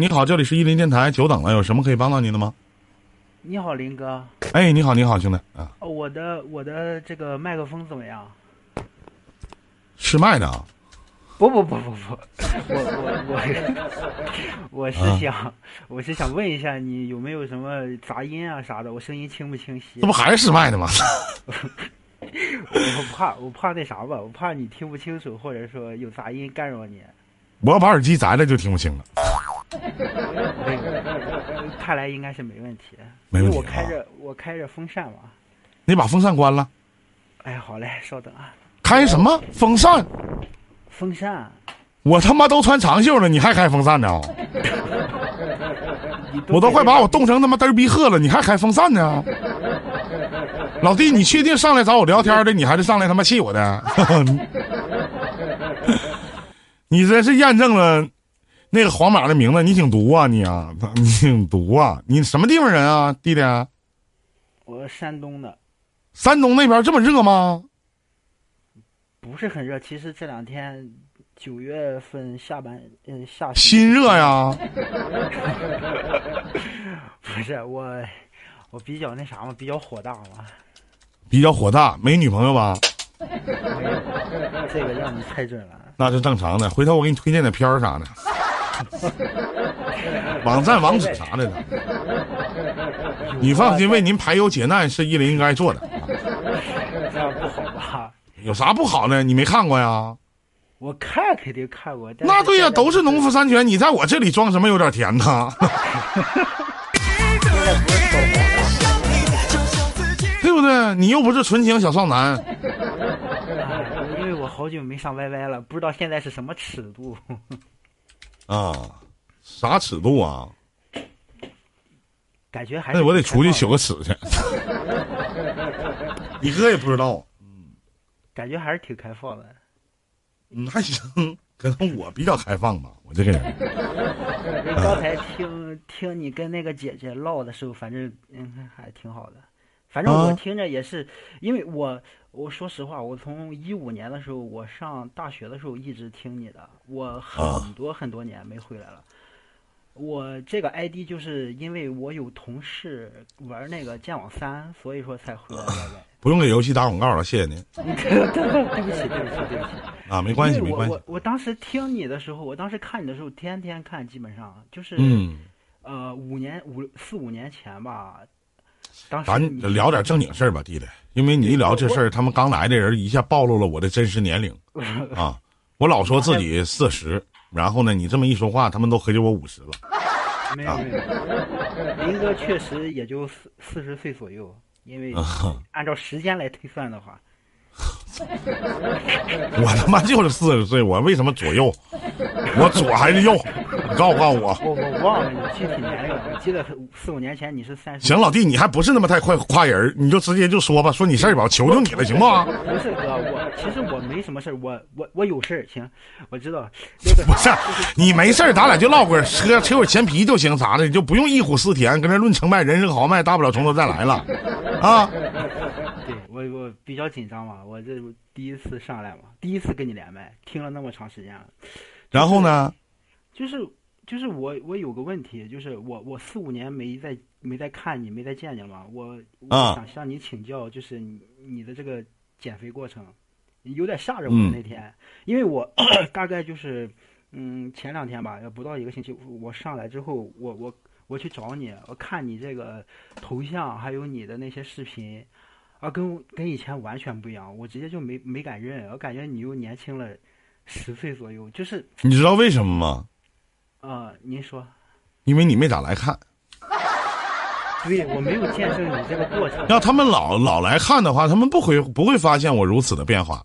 你好，这里是伊林电台久等了，有什么可以帮到您的吗？你好，林哥，哎，你好，你好，兄弟啊，哦我的我的这个麦克风怎么样？试麦的啊，不不不不 不，我 我我我是啊想、我是想问一下你有没有什么杂音啊啥的，我声音清不清晰这？不还是试麦的吗？ 我怕我怕那啥吧，我怕你听不清楚，或者说有杂音干扰你。我把耳机摘了就听不清了，看来应该是没问题，没因问为题啊我开。着我开着风扇嘛。你把风扇关了，哎，好嘞，稍等啊，开什么风扇？风扇，我他妈都穿长袖了，你还开风扇呢？你我都给快这把个我冻成他妈嘚儿逼鹤了，你还开风扇呢？老弟，你确定上来找我聊天的，你还是上来他妈气我的？ 你真是验证了那个皇马的名字，你挺毒啊你啊，你挺毒啊！你什么地方人啊，弟弟？我山东的山东那边这么热吗？不是很热，其实这两天九月份下半嗯下旬心热呀！ 不是我，我比较那啥嘛，比较火大嘛。比较火大，没女朋友吧？这个让你猜准了。那是正常的。回头我给你推荐点片儿啥的，网站网址啥的呢。你放心，为您排忧解难是伊林应该做的。这样不好吧？有啥不好呢？你没看过呀？我看肯定看过，但那对呀、现在都是农夫山泉，你在我这里装什么有点甜呢？ 对不对？你又不是纯情小少男，哎因为我好久没上 YY 了，不知道现在是什么尺度。啊，啥尺度啊？感觉还是那我得出去挺开取放的，个尺去。你哥也不知道，感觉还是挺开放的。嗯，还行，可能我比较开放吧，我这个人。因为 刚才听听你跟那个姐姐唠的时候，反正嗯还挺好的。反正我啊听着也是，因为我我说实话，我从一五年的时候，我上大学的时候一直听你的，我啊很多很多年没回来了。我这个 ID 就是因为我有同事玩那个剑网三，所以说才回来 的。不用给游戏打广告了，谢谢您对不起，对不起，对不起。啊，没关系，因为没我关系我。我当时听你的时候，我当时看你的时候，天天看，基本上就是嗯，呃，五年五四五年前吧，当时咱你聊点正经事儿吧，弟弟，因为你一聊这事儿，他们刚来的人一下暴露了我的真实年 龄啊！我老说自己四十，然后呢，你这么一说话，他们都合计我五十了。没啊有没有，林哥确实也就四四十岁左右，因为按照时间来推算的话，我他妈就是四十岁，我为什么左右？我左还是右？你告诉告诉我。我我忘了你具体年龄了，我记得很四五年前你是三十，行，老弟，你还不是那么太快夸人儿，你就直接就说吧，说你事儿吧，我求求你了，行不啊？不是哥，我其实我没什么事儿，我我我有事儿，行，我知道那个 不是，你没事儿，咱俩就唠会儿车，扯会儿前皮就行，啥的，你就不用忆苦思甜，跟那论成败、人生豪迈，大不了从头再来了，啊，对我我比较紧张嘛，我这第一次上来嘛，第一次跟你连麦，听了那么长时间了。然后呢，就是就是我我有个问题，就是我我四五年没在没在看你，没在见你了嘛，我我啊想向你请教，就是你你的这个减肥过程，你有点吓着我嗯那天，因为我 大概就是嗯前两天吧，也不到一个星期，我上来之后，我我我去找你，我看你这个头像，还有你的那些视频。啊，跟我跟以前完全不一样，我直接就没没敢认，我感觉你又年轻了十岁左右，就是你知道为什么吗？呃，您说，因为你没咋来看，对我没有见证你这个过程，要他们老老来看的话，他们不会不会发现我如此的变化。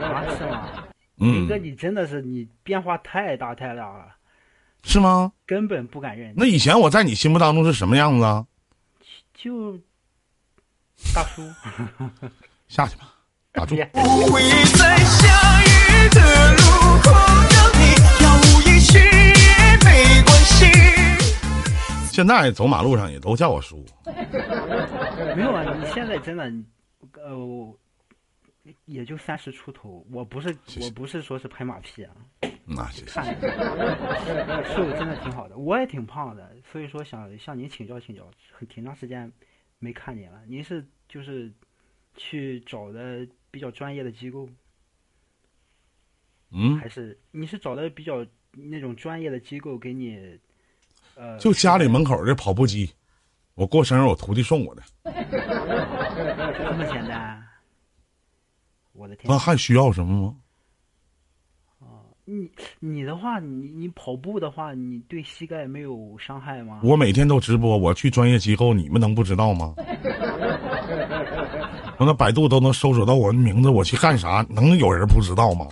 啊，是吗？嗯林哥，，你真的是你变化太大太大了，是吗？根本不敢认，那以前我在你心目当中是什么样子啊？就大叔，下去吧，打住。别不会在相遇的路口等你，要无音讯也没关系。现在走马路上也都叫我叔，没有啊，你现在真的，你呃，我也就三十出头，我不是我不是说是拍马屁啊，那谢谢。瘦的真的挺好的，我也挺胖的，所以说想向您请教请教，很挺长时间没看您了。您是就是去找的比较专业的机构，嗯，还是你是找的比较那种专业的机构给你？呃，就家里门口这跑步机，我过生日我徒弟送我的，这么简单？我的天那！还需要什么吗？你你的话，你你跑步的话，你对膝盖没有伤害吗？我每天都直播，我去专业机构，你们能不知道吗？我那百度都能搜索到我的名字，我去干啥？能有人不知道吗？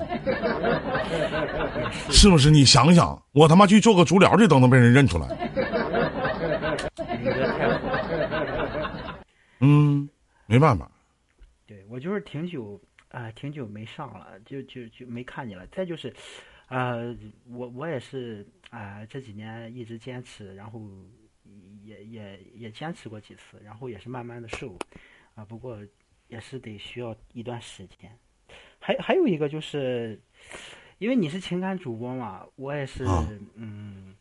是不是？你想想，我他妈去做个足疗去都能被人认出来。你这太火了嗯，没办法，对我就是挺久啊、挺久没上了，就就就没看你了。再就是，呃，我我也是啊、这几年一直坚持，然后也也也坚持过几次，然后也是慢慢的瘦，啊、不过也是得需要一段时间。还还有一个就是，因为你是情感主播嘛，我也是、啊嗯，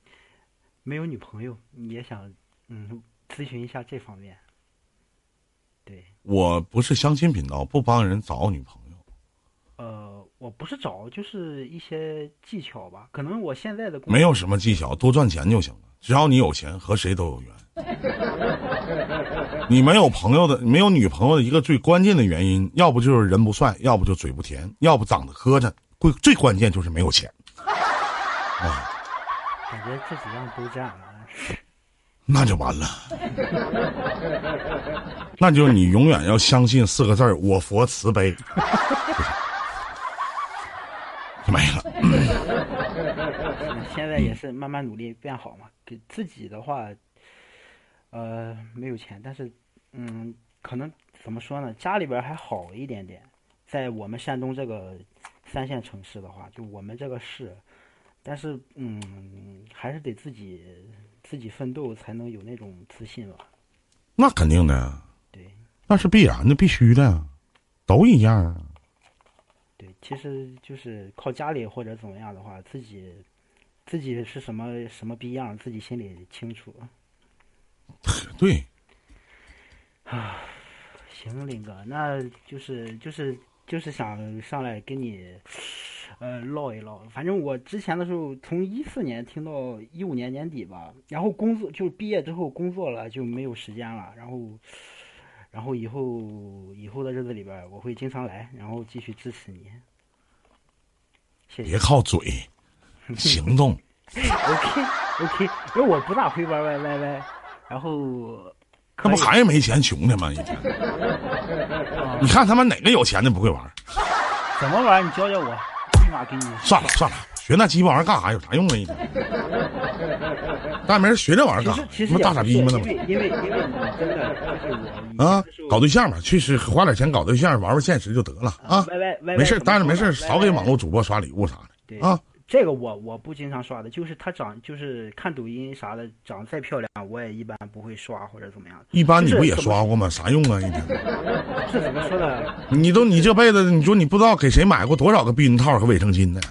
没有女朋友，也想嗯咨询一下这方面。对，我不是相亲频道，不帮人找女朋友。呃，我不是找，就是一些技巧吧。可能我现在的工没有什么技巧，多赚钱就行了。只要你有钱，和谁都有 缘。你没有朋友的，没有女朋友的一个最关键的原因，要不就是人不帅，要不就嘴不甜，要不长得磕碜，最最关键就是没有钱。感觉这几样都占了。那就完 了，那就你永远要相信四个字儿：我佛慈悲。没了，嗯现在也是慢慢努力变好嘛。给自己的话，呃，没有钱，但是嗯，可能怎么说呢，家里边儿还好一点点。在我们山东这个三线城市的话，就我们这个市，但是嗯，还是得自己自己奋斗才能有那种自信吧。那肯定的，对。那是必然的，必须的，都一样啊。对，其实就是靠家里或者怎么样的话，自己自己是什么什么逼样，自己心里清楚。对，行，林哥，那就是就是就是想上来跟你呃唠一唠。反正我之前的时候，从一四年听到一五年年底吧，然后工作就毕业之后工作了就没有时间了，然后。然后以后以后的日子里边儿，我会经常来，然后继续支持你。谢谢别。靠 嘴，行动。 OK OK，因为我不大会玩 YYY，然后那可不以还是没钱穷的吗？一天，啊你看他们哪个有钱的不会玩？怎么玩？你教教我，立马给你。算 了算了，学那鸡巴玩意儿干啥？有啥用啊？一天，大没人学这玩意其儿干啥他实？其实妈也大傻逼吗？那因不为因为因为你真的就是我啊，搞对象吧，去是花点钱搞对象，玩玩现实就得了啊。歪歪歪，没事，当然没事，少给网络络主播刷礼物啥的对啊。这个我我不经常刷的，就是他长就是看抖音啥的，长得再漂亮我也一般不会刷或者怎么样。一般你就是不也怎么刷过吗？啥用啊？一天，这怎么说呢？你都你这辈子，你说你不知道给谁买过多少个避孕套和卫生巾呢？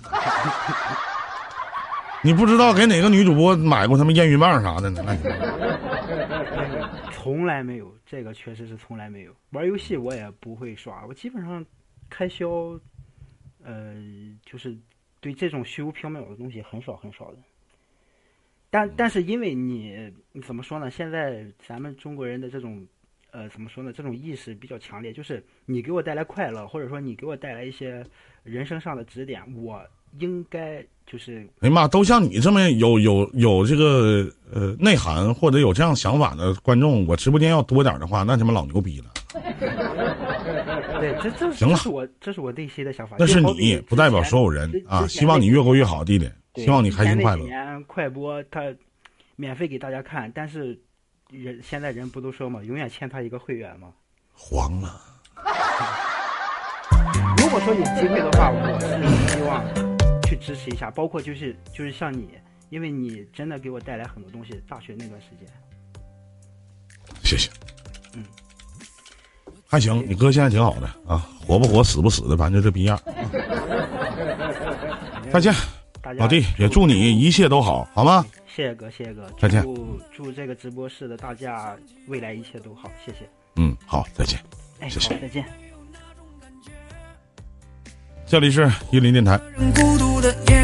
你不知道给哪个女主播买过他妈验孕棒啥的呢？那你。没有， 从来没有，这个确实是从来没有。玩游戏我也不会刷，我基本上开销，呃，就是对这种虚无缥缈的东西很少很少的。但嗯但是因为你你怎么说呢？现在咱们中国人的这种，呃，怎么说呢？这种意识比较强烈，就是你给我带来快乐，或者说你给我带来一些人生上的指点，我应该就是哎呀妈，都像你这么有有有这个呃内涵或者有这样想法的观众，我直播间要多点的话，那他妈老牛逼了。哎对，这这行了这是我这是我内心的想法。那是就好比你，不代表之前所有人之啊。之前希望那你越过越好，弟弟。对希望你开心快乐以前那几。年快播它免费给大家看，但是人现在人不都说嘛，永远欠他一个会员嘛。黄了，如果说有机会的话，我是希望去支持一下，包括就是就是像你，因为你真的给我带来很多东西。大学那段时间，谢谢。嗯，还行，你哥现在挺好 的啊，活不活死不死的，反正就这逼样。啊再见，大家老弟也祝你一切都好，好吗？谢谢哥，谢谢哥，再见祝祝这个直播室的大家未来一切都好，谢谢。嗯，好，再见。哎，谢谢好，再见。这里是伊林电台。孤独的夜。